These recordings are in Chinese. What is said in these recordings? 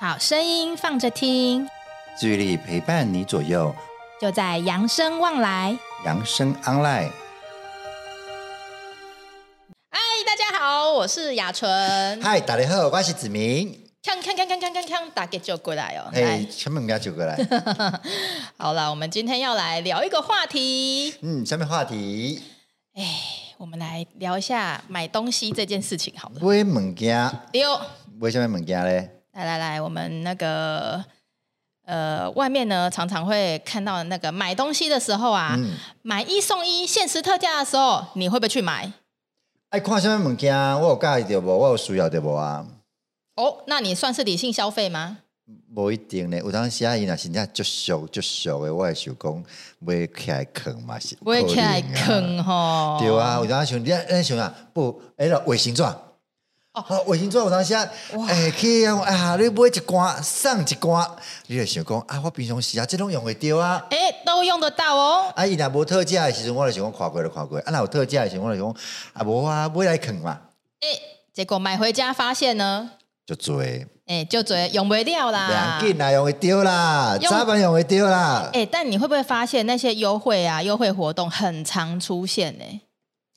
好声音放着听，治愈力陪伴你左右，就在扬声望来。扬声 online。嗨，大家好，我是雅纯。嗨，大家好，我是子明。看看看看看看看，打给就过来哦。嘿，前面不要走过来。 来，好了，我们今天要来聊一个话题。嗯，下面话题，哎，我们来聊一下买东西这件事情好了。买物件，六，买什么物件嘞？来来来，我们那个呃，外面呢常常会看到那个买东西的时候啊，嗯，买一送一、限时特价的时候，你会不会去买？爱哎看什么物件，我有介意着无？我有需要着无啊？哦，那你算是理性消费吗？无一定咧，有当时啊，伊若真正足熟足熟的，我会想讲买起来坑嘛是不会可起来能坑啊吼。对啊，有当时想，你咱想啊，不，哎了卫星纸。哦，卫星纸有当时啊，哎去啊，哎呀，你买一罐送一罐，你就想讲啊，我平常时啊，这拢用会着啊。哎、都用得到哦。啊，伊若无特价的时阵，我就想讲看过就看过；啊，若有特价的时阵，我就想讲啊，无啊，买来藏嘛，哎、结果买回家发现呢，就做袂哎、就觉得用不掉啦要。紧啦，用会着啦，用早晚用会着啦。哎、但你会不会发现那些优惠啊、优惠活动很常出现呢、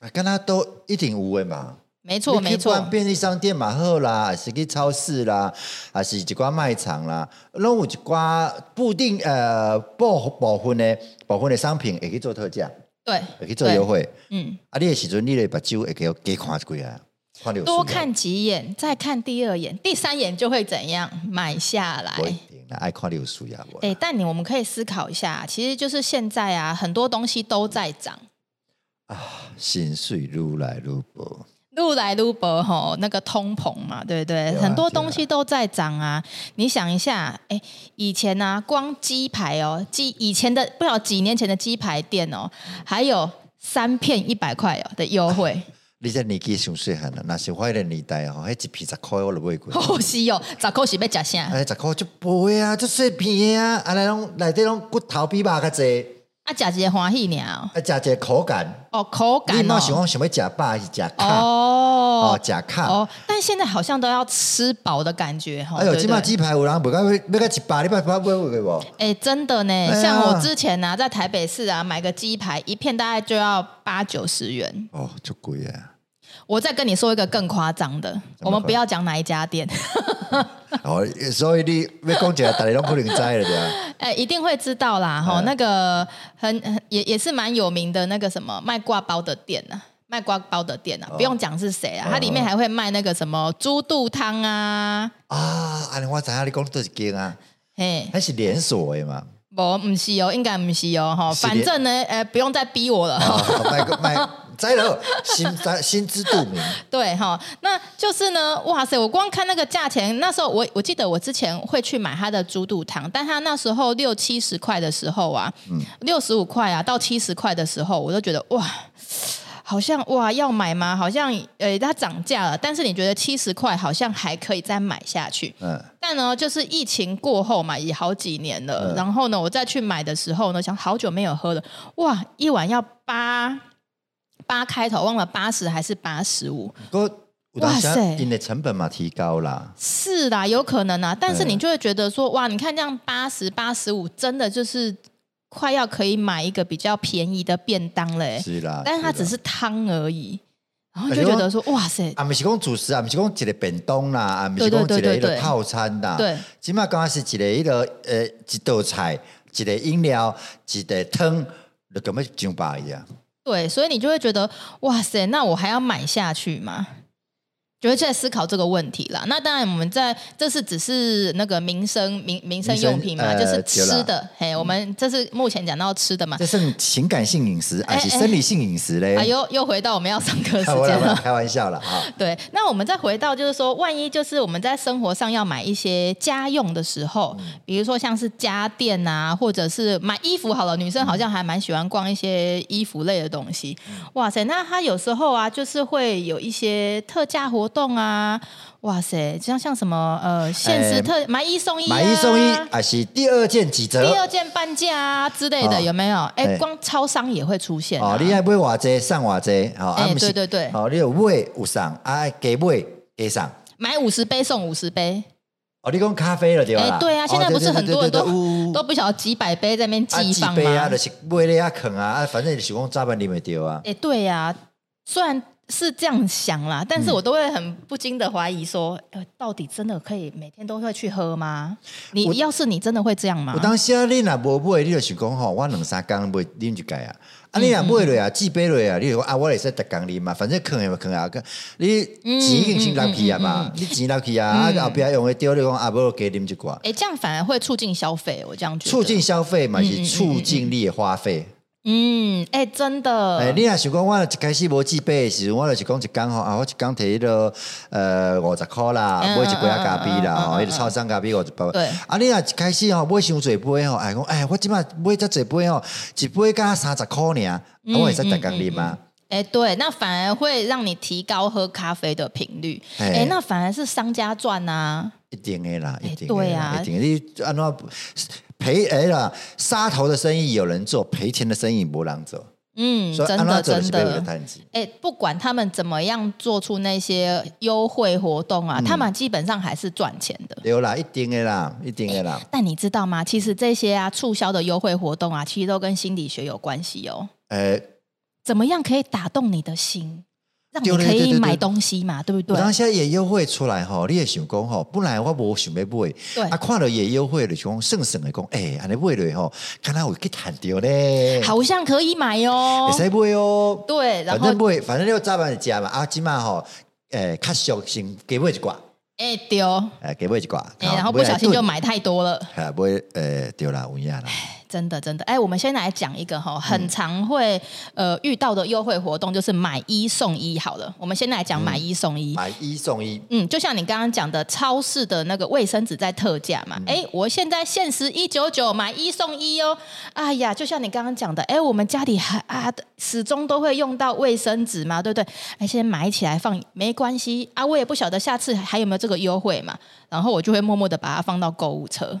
啊，敢若都一定有诶嘛。没错，你没去错。逛便利商店嘛好啦，还是去超市啦，还是一寡卖场啦，拢有一寡固定呃部部分的部分的商品会去做特价，对，会去做优对。惠。嗯，啊，你的时阵，你的目睭会给加看一几啊，看你有需要多看几眼，再看第二眼，第三眼就会怎样买下来不。一定啦，爱看你有需要无啦。哎、但你我们可以思考一下，其实就是现在啊，很多东西都在涨。薪水愈来愈无，撸来撸薄吼，那个通膨嘛，对不对？对啊很多东西都在涨啊。你想一下，哎，以前啊，光鸡排哦，鸡以前的不知道几年前的鸡排店哦，还有三片一百块哦的优惠， 你这年纪上细汉啦，若是我迄个年代吼，迄一片十块我就买过。好惜 哦，咋可是被假啥？哎，十块就肥啊，就细片的啊，啊来拢内底拢骨头比肉较济，啊，假一个欢喜鸟啊食一个口感。哦，口你感莫想哦，讲想要食饱还是食卡？哦哦，食卡。哦，但现在好像都要吃饱的感觉哈。哎呦，对不即摆对鸡排有人卖到要要到一百，你捌捌买过无？哎、真的呢，呀像我之前呢、啊，在台北市啊，买个鸡排一片大概就要八九十元。哦，足贵啊！我再跟你说一个更夸张的，我么们不要讲哪一家店， 哦，所以你要讲起来，大家拢可能知了对啊。哎、一定会知道嗯啦。哈、那个很很也也是蛮有名的那个什么卖挂包的店呐、卖挂包的店呐、哦不用讲是谁啊，嗯它里面还会卖那个什么猪肚汤啊， 啊，安尼我知影你讲倒一间啊，嘿。迄是连锁的嘛。不，不是哦，应该不是哦，哈，是的反正呢，呃，不用再逼我了，哦，卖个卖，知了，心知心知肚明。对哈，那就是呢，哇塞！我光看那个价钱，那时候我我记得我之前会去买它的猪肚汤，但它那时候六七十块的时候啊，六十五块啊到七十块的时候，我都觉得哇，好像哇要买吗？好像呃它涨价了，但是你觉得七十块好像还可以再买下去。嗯，但呢，就是疫情过后嘛，也好几年了。嗯然后呢，我再去买的时候呢，想好久没有喝了，哇，一碗要八八开头，忘了八十还是八十五。不过有当哇时啊塞因的成本嘛提高啦。是啦，有可能啊，但是对你就会觉得说，哇，你看这样八十八十五，真的就是快要可以买一个比较便宜的便当了、欸，是啦，但是它啦只是汤而已，然后就觉得说，哇塞，啊，毋是讲主食，啊，毋是讲一个便当啦，啊，毋是对讲对一个对迄对个套餐啦。对，即麦刚是一个迄个呃一道菜，一个饮料，一个汤，就根本上百一啊。对，所以你就会觉得，哇塞，那我还要买下去吗？就会在思考这个问题啦。那当然，我们在这是只是那个民生民民生民生用品嘛，呃就是对啦吃的。嘿，我们这是目前讲到吃的嘛。这算情感性饮食，还是哎哎生理性饮食嘞？啊，又又回到我们要上课时啊，我间来我了来。开玩笑啦。哈。对，那我们再回到就是说，万一就是我们在生活上要买一些家用的时候，嗯比如说像是家电啊，或者是买衣服好了，女生好像还蛮喜欢逛一些衣服类的东西。嗯哇塞，那它有时候啊，就是会有一些特价活动啊，哇塞，就像像什么呃，限时特、买一送一、啊，哎买一送一，呃还是第二件几第二折？件半价啊之类的，哦有没有？哎、哎光超商也会出现、啊。哦，你爱买偌济送偌济，哦，啊哎不是对对对哦，你有买有送，啊，加买加送，买五十杯送五十杯，哦，你讲咖啡了对吧哎、啦？对啊，哦现在不是很多人都、对对对对有都不晓得几百杯在那边嗯啊，寄几放杯吗？啊，就是买咧啊，啃啊，啊，反正就是讲早晚啉会着啊。哎、对呀、虽然是这样想啦，但是我都会很不禁的怀疑说，呃，到底真的可以每天都会去喝吗？你我要是你真的会这样吗有？当时啊，你若无买，你就想讲吼，我两三工买啉一届啊。嗯啊，你若买落啊，几杯落啊，你就讲啊，我会使逐工啉嘛，反正坑也坑啊，你钱已经先落去啊嗯嘛，你钱落去啊，啊后壁用会着，你讲啊，无加啉一寡，哎、这样反而会促进消费，我这样觉得。促进，消费嘛嗯嗯嗯是促进你的花费。嗯，哎、真的，哎、你若想讲，我一开始无自备的时阵，我就是讲一工吼，啊，我一工摕迄个呃五十箍啦，嗯买一杯啊咖啡啦，嗯嗯吼、嗯迄个超商咖啡五十八。对啊，你若一开始吼买伤侪杯吼，哎讲，哎，我即摆买遮侪杯吼，一杯加三十箍尔，啊，嗯我会使逐工啉啊。哎、对，那反而会让你提高喝咖啡的频率。哎、哎那反而是商家赚啊。一定的啦，哎一定的啦，对啊一定的。你安怎赔哎啦，杀头的生意有人做，赔钱的生意无人做，嗯，所以真安的怎做就真是被的。人趁钱。哎、不管他们怎么样做出那些优惠活动啊，他们基本上还是赚钱的。对啦，一定的啦，一定的 啦。但你知道吗？其实这些啊促销的优惠活动啊，其实都跟心理学有关系哦。诶、怎么样可以打动你的心，让你对对可对对以对买东西嘛？对不有对？当下也优惠出来吼，你会想讲吼，本来我无想要买，对啊，看到也优惠就是讲算算的讲，诶、安尼买落吼，看来有去趁着咧，好像可以买哦会。使买哦。对，然反后正买，反正你要早晚食嘛，啊，即满吼，诶、较俗先加买一寡，哎丢，诶、加买一寡，哎，然后不小心就买太多了。啊，买诶、对啦，有影啦，真的真的，哎，我们先来讲一个哈，很常会呃遇到的优惠活动，就是买一送一。好了，我们先来讲买一送一。买一送一，嗯，就像你刚刚讲的，超市的那个卫生纸在特价嘛，哎、我现在限时一九九买一送一哦。哎呀，就像你刚刚讲的，哎，我们家里还啊始终都会用到卫生纸嘛，对不对？哎，先买起来放没关系啊，我也不晓得下次还有没有这个优惠嘛，然后我就会默默的把它放到购物车。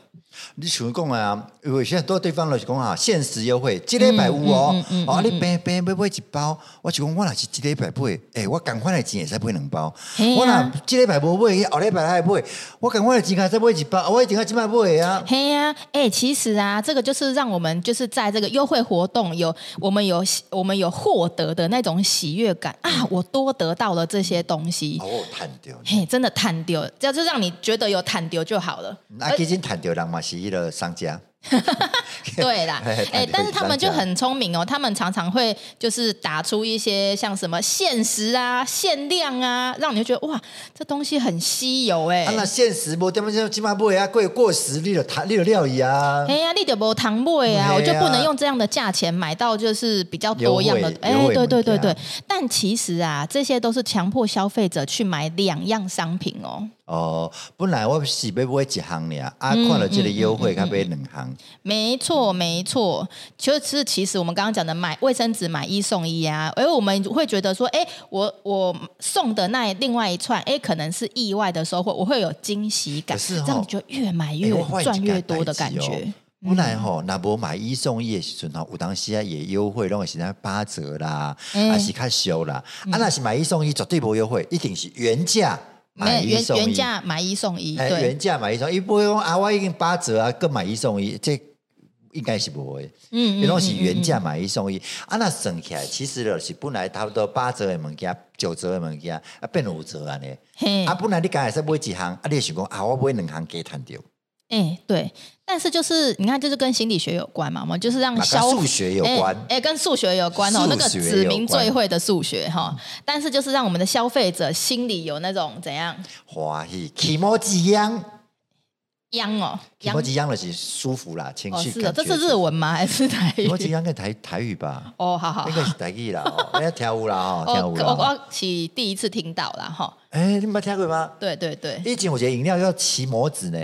你想讲啊，因为现在多对方就是讲啊，限时优惠，即礼拜有哦，嗯哦，你平平要买一包，我就讲我若是即礼拜买，诶、我共款的钱会使买两包，嘿啊我若即礼拜无买，那后礼拜还买，我共款的钱还使买一包，我一定要即摆买的啊。嘿呀、哎、其实啊，这个就是让我们就是在这个优惠活动有我们有我们有获得的那种喜悦感啊，我多得到了这些东西。哦，趁着呢，嘿，真的坦丢，只要就让你觉得有坦丢就好了。啊，其实趁着人嘛是迄个啊商家，对啦， 嘿哎、坦丢但是他们就商家很聪明哦，他们常常会就是打出一些像什么限时啊、限量啊，让你就觉得哇，这东西很稀有哎、啊，若限时无点么即摆买啊，过过时你就趁你就料伊啊。哎呀，你就无糖味啊，嘿啊我就不能用这样的价钱买到就是比较多样的优惠。哎优，惠对对对物件对，但其实啊，这些都是强迫消费者去买两样商品哦。哦，本来我是要买一项尔，啊，嗯看到即个优惠，较买两项。没错，没错，就是其实我们刚刚讲的买卫生纸买一送一啊，而我们会觉得说，哎，我我送的那另外一串，哎，可能是意外的收获，我会有惊喜感，可是哦这样你就越买欸越我发现哎赚一件越多的感代志觉嗯哦。本来吼，若无买一送一的时阵吼，有当时啊也优惠，拢会是在八折啦，嗯还是较俗啦。啊，若是买一送一绝对无优惠，一定是原价买没一原送原一。价买一送一，哦哎，对原，价买一送一，不会讲啊，我已经八折啊，更买一送一，这应该是不会。嗯因拢是原价买一送一，啊，那算起来其实就是本来差不多八折的物件、九折的物件，啊变五折安尼。嗯嘿啊，本来你刚会使买一项，啊，你会想讲啊，我买两项加趁着。哎、对，但是就是你看，这就是跟心理学有关嘛，我们就是让嘛嗯跟消数学有关哎、哎跟数学有关哦，那个数学指有名关最会的数学哈、但是就是让我们的消费者心里有那种怎样欢喜，起毛一样，央哦，起毛一样就是舒服啦，情哦绪是的，感觉这是日文吗？还是台起毛一语？样跟台台语吧， 哦，好好应，该是台语啦，哦，人家跳舞啦，哦吼，跳舞我啦。我是第一次听到啦哈、哎，你们捌听过吗？对对对，以前有一个饮料叫奇摩子呢，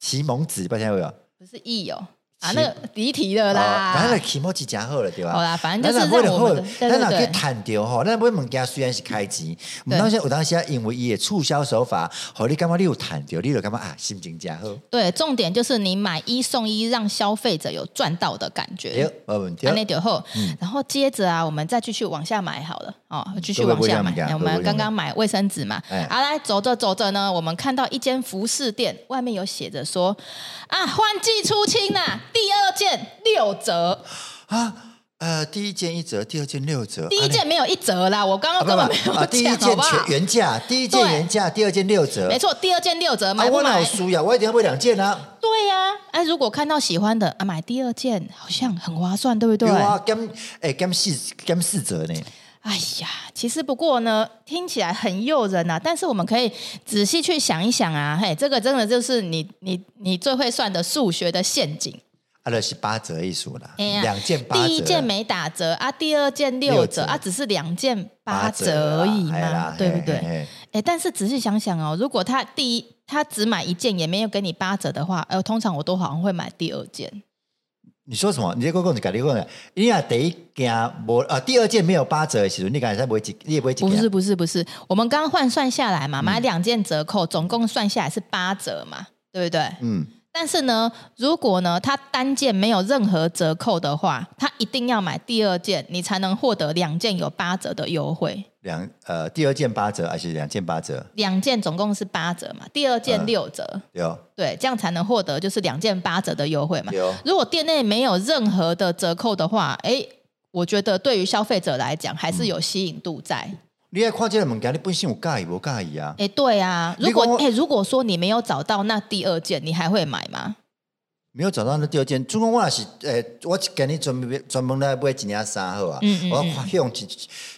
奇蒙子，你捌听过吗？不是 E 哦，啊，是那个离题了哦反正啦，起摩子真好了，对吧？好啦，反正就是咱若买让就我好们的对对咱若去对，趁着吼，咱买物件啊虽然是开钱，毋对当时有当时啊因为伊的促销手法，互你感觉你有趁着，你就感觉啊心情真好。对，重点就是你买一送一，让消费者有赚到的感觉。哎对，没问题嗯啊安。内就后，然后接着啊，我们再继续往下买好了。哦，继续往下买哎各位不一样。我各位不一们样刚刚买卫生纸嘛，哎好来走着走着呢，我们看到一间服饰店，外面有写着说啊，换季出清呐、第二件六折，啊，呃，第一件一折，第二件六折，第一件没有一折啦，我刚啊刚不根本不没不啊，有第一讲，好件不好全？原价，第一件对原价，第二件六折，没错，第二件六折，啊，买不我哪买有？输呀？我一定要买两件啊！对呀、哎、如果看到喜欢的啊，买第二件好像很划算，对不对？有啊，减诶减四减四折呢。哎呀，其实不过呢，听起来很诱人呐、但是我们可以仔细去想一想啊，嘿，这个真的就是你你你最会算的数学的陷阱。啊，就是八折一数啦，哎呀 两件八折啦，第一件没打折啊，第二件六六折折啊，只是两件八八折而已啦哎嘛啦，对不嘿对？嘿嘿哎，但是仔细想想哦，如果他第一他只买一件也没有给你八折的话，呃，通常我都好像会买第二件。你说什么？你这个讲是改你讲，你若第一件无啊，第二件没有八折的时候，你敢才不会一，你也不会一不是件。不是不是，我们刚刚换算下来嗯嘛，买两件折扣，总共算下来是八折嘛，对不对？嗯，但是呢，如果呢他单件没有任何折扣的话，他一定要买第二件，你才能获得两件有八折的优惠。两呃，第二件八折还是两件八折？两件总共是八折嘛，第二件嗯六折，对哦，对，这样才能获得就是两件八折的优惠嘛。对哦，如果店内没有任何的折扣的话，哎，我觉得对于消费者来讲嗯还是有吸引度在。你爱看这个物件，你本身有介意无介意啊？哎、对啊，你如果讲我哎，如果说你没有找到那第二件，你还会买吗？没有找到那第二件，主讲我也是诶、我今日专备专门来买一件衫好啊，嗯嗯我看向一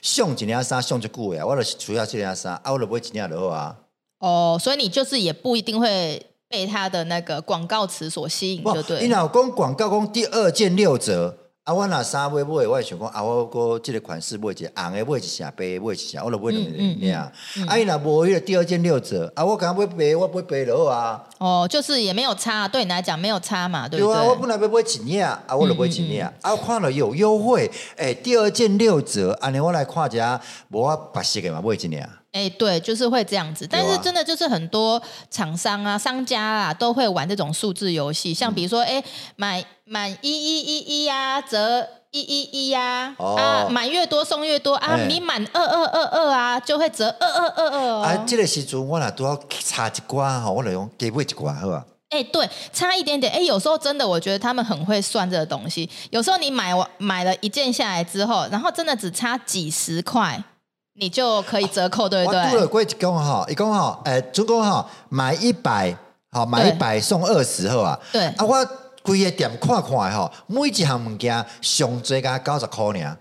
上一件衫上一久诶，我就是除了这件衫，啊，我就买一件就好啊。哦，所以你就是也不一定会被他的那个广告词所吸引，不嗯就，对你了。若讲广告讲第二件六折，啊，我若衫买买，我会想讲啊，我个即个款式买一个红的，买一件白的，买一件，我就买两个嗯嗯尔。啊，伊若无迄个第二件六折，啊，我敢买白的，我买白就好啊。哦，就是也没有差，对你来讲没有差嘛，对对不对？嗯啊，我本来要买一件，啊，我就买一件，啊，看了有优惠，诶，第二件六折，安尼我来看一下，无我白色的嘛买一件。哎、对，就是会这样子。但啊是真的就是很多厂商啊、商家啊都会玩这种数字游戏，嗯像比如说，哎、买满一一一一呀，折一一一呀，哦啊，买越多送越多啊，哎你满二二二二啊，就会折二二二二哦。啊，即个时阵我若拄好差一寡吼，我就用加买一寡好啊。哎、对，差一点点。哎、有时候真的，我觉得他们很会算这个东西。有时候你买完买了一件下来之后，然后真的只差几十块，你就可以折扣，对不我拄了对？过一讲吼，伊讲吼，诶、主讲吼，买一百，吼买一对百送二十好啊。对啊，我规个店看看的吼，每一项物件上最加九十块尔。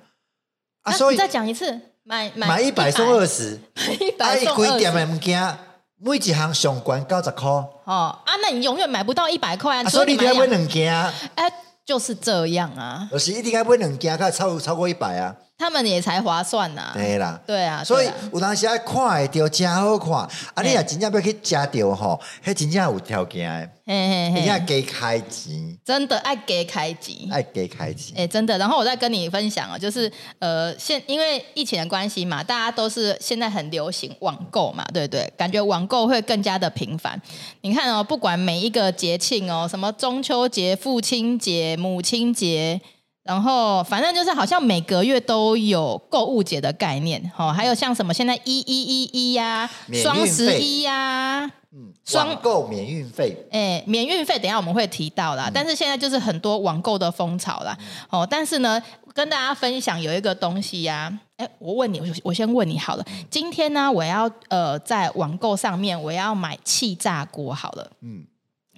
啊，所你以再讲一次，买买买一百送二十，买一啊，百伊送规二店十。的物件，每一项上悬九十块，啊，哦啊，那你永远买不到一百块啊！所以你一定买要买两两件，啊哎、就是这样啊，就是一定要买两件，才超超过一百啊，他们也才划算呐、对啦。对啊，所以对啊有当时爱看会到，真好看。啊，你嘿若真正要去食到吼，迄真正有条件嘿的，嘿一定要嘿，加开钱。真的爱给开机。爱给开机哎、真的。然后我再跟你分享啊，就是呃，现因为疫情的关系嘛，大家都是现在很流行网购嘛，对不对？感觉网购会更加的频繁。你看哦，不管每一个节庆哦，什么中秋节、父亲节、母亲节。然后，反正就是好像每个月都有购物节的概念，哦，还有像什么现在一一一一呀、免双运十费一呀，嗯，双网购免运费，哎，免运费，等一下我们会提到嗯啦。但是现在就是很多网购的风潮啦。哦，但是呢，跟大家分享有一个东西呀、哎，我问你，我我先问你好了。嗯今天呢，我要呃在网购上面我要买气炸锅好了。嗯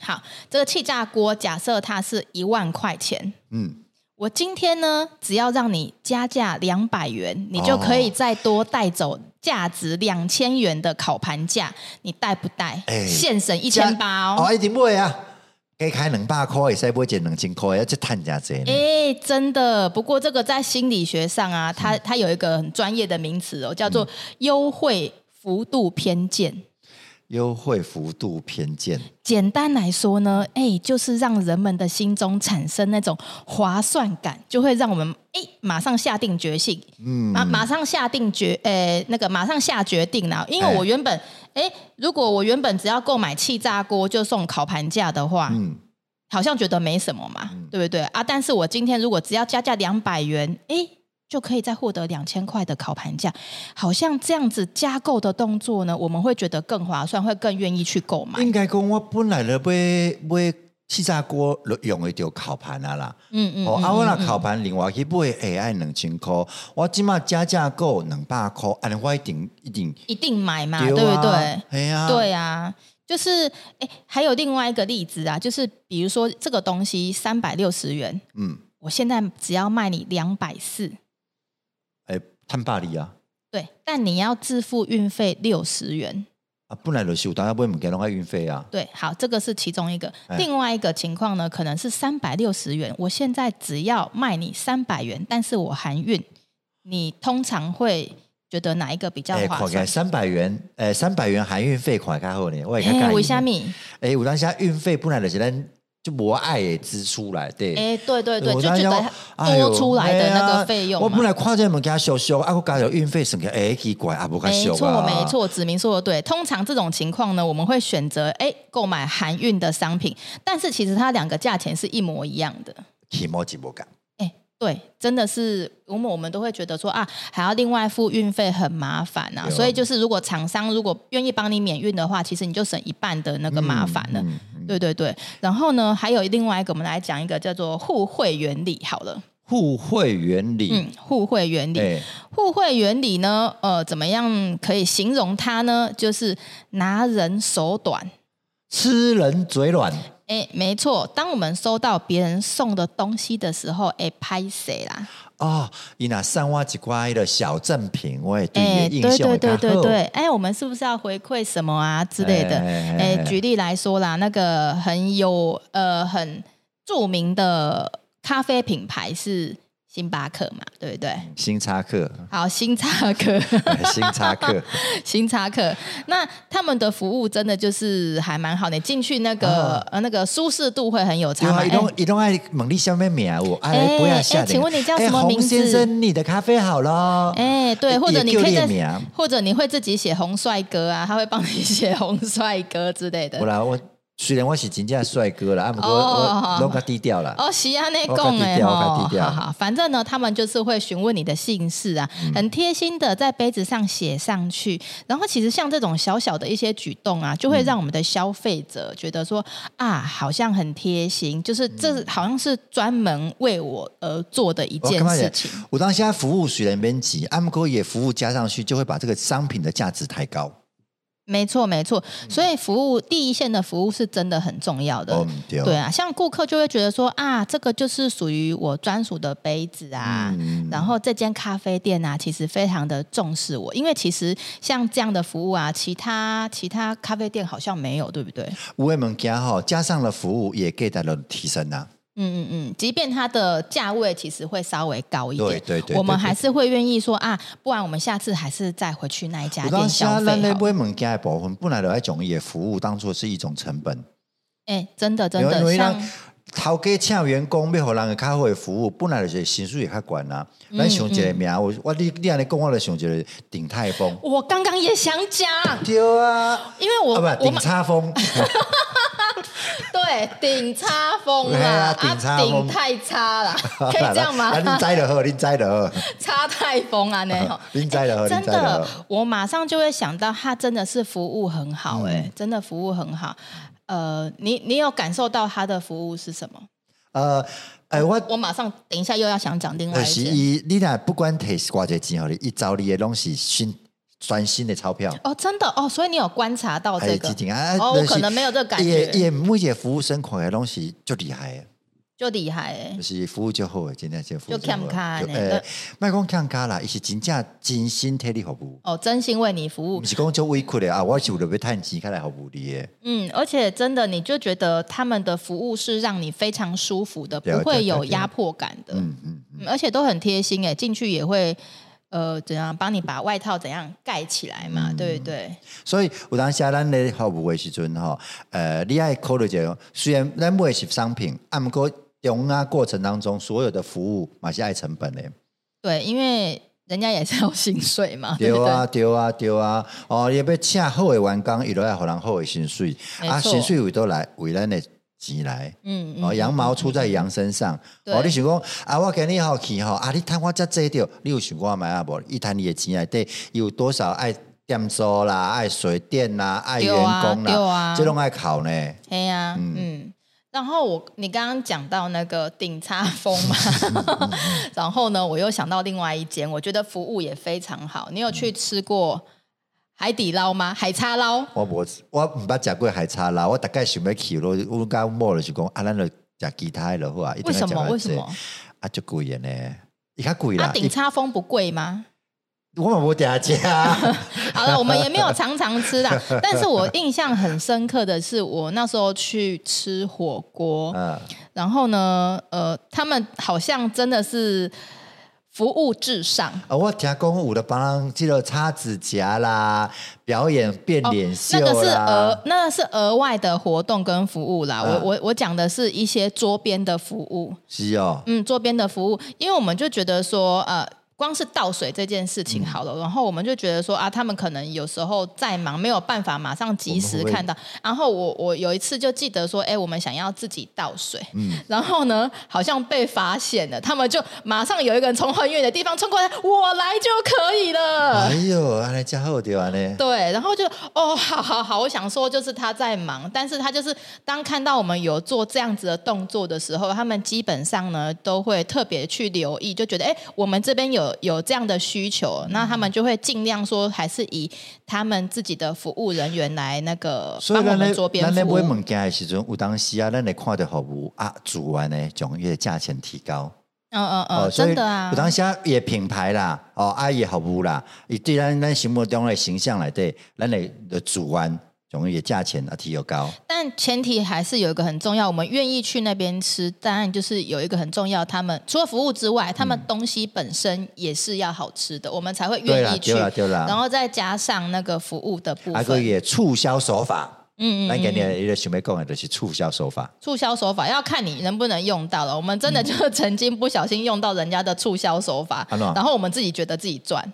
好，这个气炸锅假设它是一万块钱。嗯，我今天呢，只要让你加价两百元，你就可以再多带走价值两千元的烤盘架，你带不带？哎现省一千八哦。哦，一定买啊，加开两百块，会使买一两千块，要这趁真济哎、呢。真的。不过这个在心理学上啊，它嗯它有一个很专业的名词哦，叫做优惠幅度偏见。优惠幅度偏见，简单来说呢，哎、就是让人们的心中产生那种划算感，就会让我们哎、马上下定决心，嗯马马上下定决，呃、那个马上下决定啦。因为哎我原本，哎、如果我原本只要购买气炸锅就送烤盘架的话，嗯，好像觉得没什么嘛，对不对啊？但是我今天如果只要加价两百元，诶，就可以再获得两千块的烤盘价。好像这样子加购的动作呢，我们会觉得更划算，会更愿意去购买。应该讲我本来咧要买气炸锅就用的着烤盘啊啦，嗯嗯哦，啊我若烤盘另外去买会爱两千箍，我即马加价购两百箍，安尼我一定一定一定买嘛，对对不对？系啊，对啊，就是哎，还有另外一个例子啊，就是比如说这个东西三百六十元，嗯，我现在只要卖你两百四，诶，趁百二啊，对，但你要自付运费六十元。啊本来就是有当要买物件拢爱运费啊，对，好，这个是其中一个。哎另外一个情况呢，可能是三百六十元，我现在只要卖你三百元，但是我含运，你通常会觉得哪一个比较诶，划看起来算？三百元，诶，三百元含运费看起来较好呢，我会较哎，介意维呢虾米，诶，有当下运费本来就是咱就无爱的支出来对。哎，对对对，我就觉当时得我哎呦多出来的那个费哎呀用啊我本嘛。来看这物件俗俗，啊，我加上运费算起来，哎，奇怪，啊，无较没俗错，啊，没。错，子明说的对。通常这种情况呢，我们会选择哎购买含运的商品，但是其实它两个价钱是一模一样的。起毛起无讲，哎、对，真的是我们我们都会觉得说啊，还要另外付运费很麻烦啊，对啊所以就是如果厂商如果愿意帮你免运的话，其实你就省一半的那个麻烦啊了。嗯嗯对对对，然后呢，还有另外一个，我们来讲一个叫做互惠原理好了。互惠原理，嗯，互惠原理，哎，互惠原理呢，呃，怎么样可以形容它呢？就是拿人手短。吃人嘴软，哎，没错，当我们收到别人送的东西的时候，哎，拍谁啦？哦，伊若送我一寡迄个小赠品，我会对哎，伊的印对象会对较对好对，哎、我们是不是要回馈什么啊之类的？哎哎、哎哎举例来说啦，那个很有呃很著名的咖啡品牌是星巴克嘛，对不对？星叉克，好，星巴克， 星叉克，星巴克，那他们的服务真的就是还蛮好的，进去那个、啊呃那个舒适度会很有对差嘛。啊，伊哎拢伊拢爱问你什么名，我哎哎不要下哎请问你叫什么哎洪名字先生，你的咖啡好了。哎，对，或者你可以列在名，啊或者你会自己写红帅哥啊，他会帮你写红帅哥之类的我。啦，我虽然我是真正帅哥啦，啊，不过哦我拢较低调啦。哦，西安内我较贡低哎调吼，我较低调好好，反正呢，他们就是会询问你的姓氏啊，嗯很贴心的在杯子上写上去。然后其实像这种小小的一些举动嗯啊，就会让我们的消费者觉得说、啊，好像很贴心，就是嗯这好像是专门为我而做的一我件感觉事情。我当下服务虽然啊编辑，阿姆哥也服务加上去，就会把这个商品的价值抬高。没错，没错，所以服务第一线的服务是真的很重要的。哦，对对啊，像顾客就会觉得说啊，这个就是属于我专属的杯子啊，嗯然后这间咖啡店啊，其实非常的重视我，因为其实像这样的服务啊，其他其他咖啡店好像没有，对不对？五位门加哈，加上了服务，也给到了提升啊。嗯嗯嗯，即便它的价位其实会稍微高一点，对对对我们对对还是会愿意说啊，不然我们下次还是再回去那一家我店当消下咱费好咧了。买物件的部分，本来就爱将伊的服务当做是一种成本，哎，真的真因为因的，为像咱头家请员工要互人个较好的服务，本来就是薪水也较悬啊。嗯咱上一个名，我我你你安尼讲，我就想一个鼎泰 丰，我刚刚也想讲，对啊，因为我、啊我不鼎们。叉风。对，顶差风对啦啊，顶啊，差风顶太差 啦，可以这样吗啊，？恁知就好，恁知就好， 差太风 啊，那种恁知就好，真恁知就好的。，我马上就会想到，他真的是服务很好，嗯哎，真的服务很好。呃，你你有感受到他的服务是什么？呃，哎，我我马上等一下又要想讲另外就一是件伊，你若不管提偌济钱互你，伊招你的拢是新全新的钞票。哦，真的哦，所以你有观察到这个几点啊？哦，我可能没有这个感觉，也每一个服务生看的拢是足厉害的，就厉害哎就，是服务就好的，真正是服务就欠卡就呢诶，莫讲欠卡啦，伊是真正真心替你服务，哦，真心为你服务毋，是讲足委屈的啊！我是为了要趁钱，开来服务你的。嗯，而且真的，你就觉得他们的服务是让你非常舒服的，对啊不会有对啊对啊压迫感的，嗯嗯，嗯而且都很贴心诶，进去也会呃怎样帮你把外套怎样盖起来嘛，嗯对不对？所以有当时啊咱咧服务的时阵吼，呃，你爱考虑者，虽然咱买的是商品，啊，毋过中啊过程当中所有的服务嘛是爱成本的，对，因为人家也是有薪水嘛，对对不对？啊，对啊，对啊，哦，你要请好的员工，伊都要互人好的薪水，没错啊，薪水为倒来为咱的钱来。嗯嗯，哦，羊毛出在羊身上。对哦，你想讲啊，我给你好去吼，啊，你趁我遮济着，你有想过买啊无？一摊你的钱内底有多少爱店租啦，爱水电啦，爱员对啊工对啦啊，这拢爱考呢。嘿呀，嗯。然后我，你刚刚讲到那个顶叉风嘛，嗯 然后呢，我又想到另外一间，我觉得服务也非常好。你有去嗯吃过海底捞吗？海叉捞？我无，我毋捌食过海叉啦，我大概想要去咯。我甲某就是讲，啊，咱就食其他的就好啊。一定为什要吃么？较为什济么？啊，足贵的呢，伊较贵它啦。顶叉风不贵 吗？它我嘛无定食啊。 好了，我们也没有常常吃啦。但是我印象很深刻的是，我那时候去吃火锅，嗯，然后呢，呃，他们好像真的是服务至上。啊，我听讲有的帮即个擦指甲啦，表演变脸秀哦那啦，个是额，那个是额外的活动跟服务啦。啊我我我讲的是一些桌边的服务，是哦，嗯，桌边的服务，因为我们就觉得说，呃，光是倒水这件事嗯情好了，然后我们就觉得说啊，他们可能有时候在忙，没有办法马上及时我们会看到。然后我我有一次就记得说，哎，我们想要自己倒水，嗯然后呢，好像被发现了，他们就马上有一个人从很远的地方冲过来，我来就可以了。哎呦，安尼真好对安尼。嗯对，然后就哦， 好好好，我想说就是他在忙，但是他就是当看到我们有做这样子的动作的时候，他们基本上呢都会特别去留意，就觉得哎，我们这边有有这样的需求，那他们就会尽量说还是以他们自己的服务人员来那个所帮以我咱们咧，桌边咱咧服买务。物件的时阵，有当时啊，咱会看到服务啊，自然呢，将伊个价钱提高。哦嗯嗯嗯，所以真的啊有，当时啊，伊的品牌啦，哦，啊，伊的服务啦，伊对咱咱心目中的形象内底，咱会就自然将啊伊的价钱啊提高。但前提还是有一个很重要，我们愿意去那边吃，当然就是有一个很重要，他们除了服务之外，他们东西本身也是要好吃的，我们才会对愿啦意，去对。啦，对然啦，后再加上那个服务的部啊，个分，伊的促销手法，嗯咱嗯，今日伊个想要讲的就是促销手法。促销手法要看你能不能用到了。我们真的就曾经不小心用到人家的促销手法，安怎然后我们自己觉得自己赚。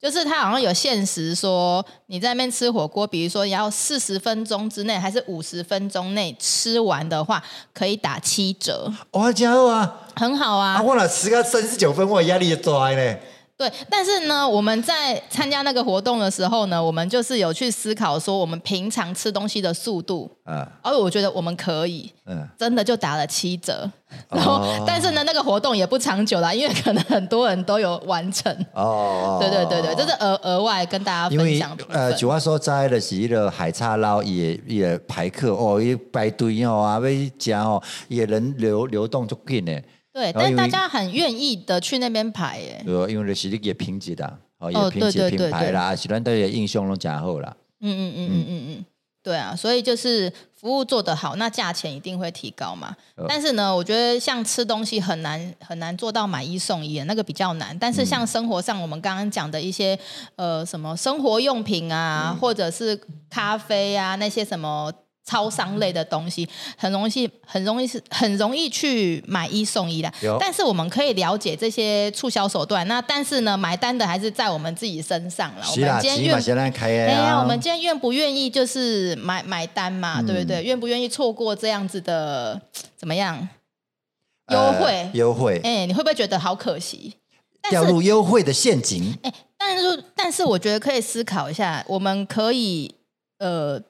就是他好像有限时说，你在那边吃火锅，比如说你要四十分钟之内还是五十分钟内吃完的话，可以打七折，哇，真好啊！很好啊。啊，我若吃到三十九分，我的压力就大咧。对，但是呢，我们在参加那个活动的时候呢，我们就是有去思考说，我们平常吃东西的速度，啊，而我觉得我们可以，嗯，真的就打了七折，哦然后、但是呢，那个活动也不长久啦，因为可能很多人都有完成。哦，对对对对，这是额额外跟大家因分为享的部呃，分就我所在的是迄个海叉捞也也排客哦，伊排队哦啊，要食哦，也人流流动足紧的，对，然后但啊因为大家很愿意的去那边排欸耶。对吧，因为就是你也品质啦，哦，嗯哦也品对质对品牌啦，啊是咱对伊印象拢诚好啦。嗯嗯嗯嗯嗯嗯，对啊，所以就是服务做得好，那价钱一定会提高嘛。呃但是呢，我觉得像吃东西很难很难做到买一送一，那个比较难。但是像生活上我们刚刚讲的一些呃什么生活用品啊，或者是咖啡啊那些什么。超商类的东西很容易，很容易是很容易去买一送一的有。但是我们可以了解这些促销手段，那但是呢，买单的还是在我们自己身上了。我是们啦，今天起码愿是咱开的哎呀，啊。我们今天愿不愿意就是买买单嘛，嗯对不对？愿不愿意错过这样子的怎么样优呃惠？优惠哎、你会不会觉得好可惜？但掉是，入优惠的陷阱，哎、但是，但是，我觉得可以思考一下，我们可以，呃，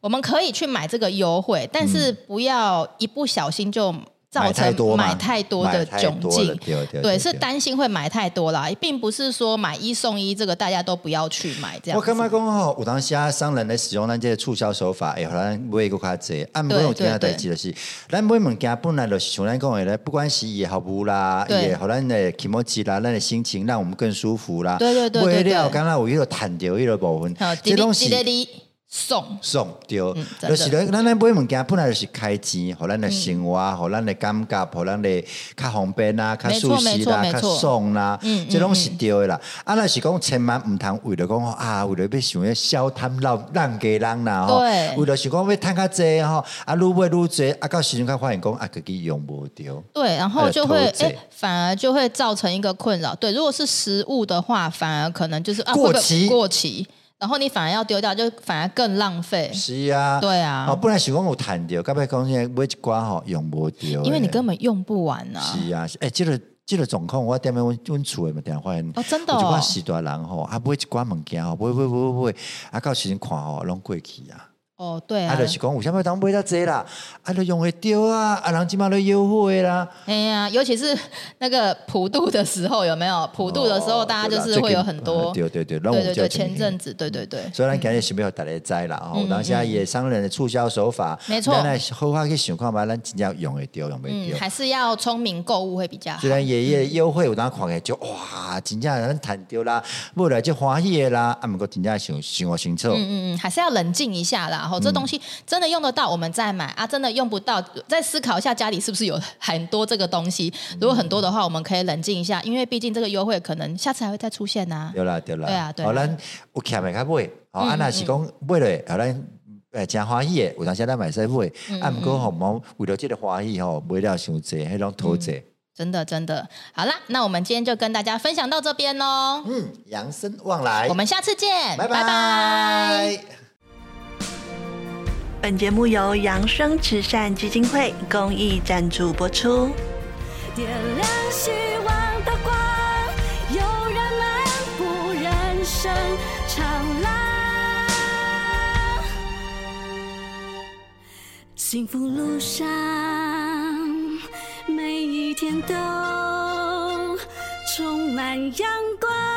我们可以去买这个优惠，但是不要一不小心就造嗯买太多成嘛买太多的买太窘多了境。对对对，是担心会买太多啦，并不是说买一送一，这个大家都不要去买这样我子。感觉讲吼，有当时啊，商人咧使用咱这个促销手法，哎会互咱买个较济。啊，毋过有几件代志就是，咱买物件本来就是像咱讲的咧，不管是伊的服务啦，伊对的互咱的情绪啦，咱的心情让我们更舒服啦。对对对对对买了，刚刚有迄个趁着迄个部分好，，这滴拢哩是滴哩哩送，爽对，嗯真的就是咱咱咧买物件本来就是开钱，互咱的生活，啊互咱的感觉，互咱的较方便啦，嗯较没错舒适啦，没错没较错爽啦嗯，这嗯拢是对的啦。啊，若是讲千万毋通为了讲啊，为了要想要消贪让让给人啦吼，对为了想讲要趁较济吼，啊，愈买愈济，啊，到时阵才发现讲啊，家己用无着。对，然后就会还有偷窃哎，反而就会造成一个困扰。对，如果是食物的话，反而可能就是啊，过会不会期过期。然后你反而要丢掉，就反而更浪费。是啊，对啊哦，本来想讲有趁着，到尾讲现在买一寡吼用无着的，因为你根本用不完啊。是啊，诶，即个即个状况，我踮咧阮阮厝诶嘛，定发现哦真的有一哦寡时代人吼，啊买一寡物件吼，买买买买买，啊到时阵看吼，拢过去啊。哦，对啊，啊就，是讲有啥物人买遮济啦，啊，就用会着啊，啊，人即马咧优惠啦，哎呀，尤其是那个普渡的时候，有没有？普渡的时候，哦大家就对是啦会有很多最近，对对对，让我对们对就对，前阵子，对对对，所以咱今日想要大家知啦，吼、有当时啊也商人的促销手法，没错咱来好好去想看嘛，咱真正用会着，用袂嗯，着。还是要聪明购物会比较好虽。然爷爷优惠有当看起来就哇，真正咱趁着啦，买来就欢喜的啦，啊，毋过真正想想我清楚，嗯嗯，嗯，还是要冷静一下啦。吼，这东西真的用得到，我们再买啊；真的用不到，再思考一下家里是不是有很多这个东西。如果很多的话，我们可以冷静一下，因为毕竟这个优惠可能下次还会再出现呐、对啦对啦，对啊对啊嗯哦，咱有欠的较买，哦，啊，若是讲买咧，啊，咱。诶，真欢喜诶！有当时咱买使买，嗯啊，毋过吼，毛为了即个欢喜吼，买了伤济，迄种嗯讨济。真的真的。好啦，那我们今天就跟大家分享到这边喽，嗯，养生旺来我，们下次见，拜拜拜拜。本节目由扬生慈善基金会公益赞助播出。点亮希望的光，有人漫步人生长廊，幸福路上每一天都充满阳光。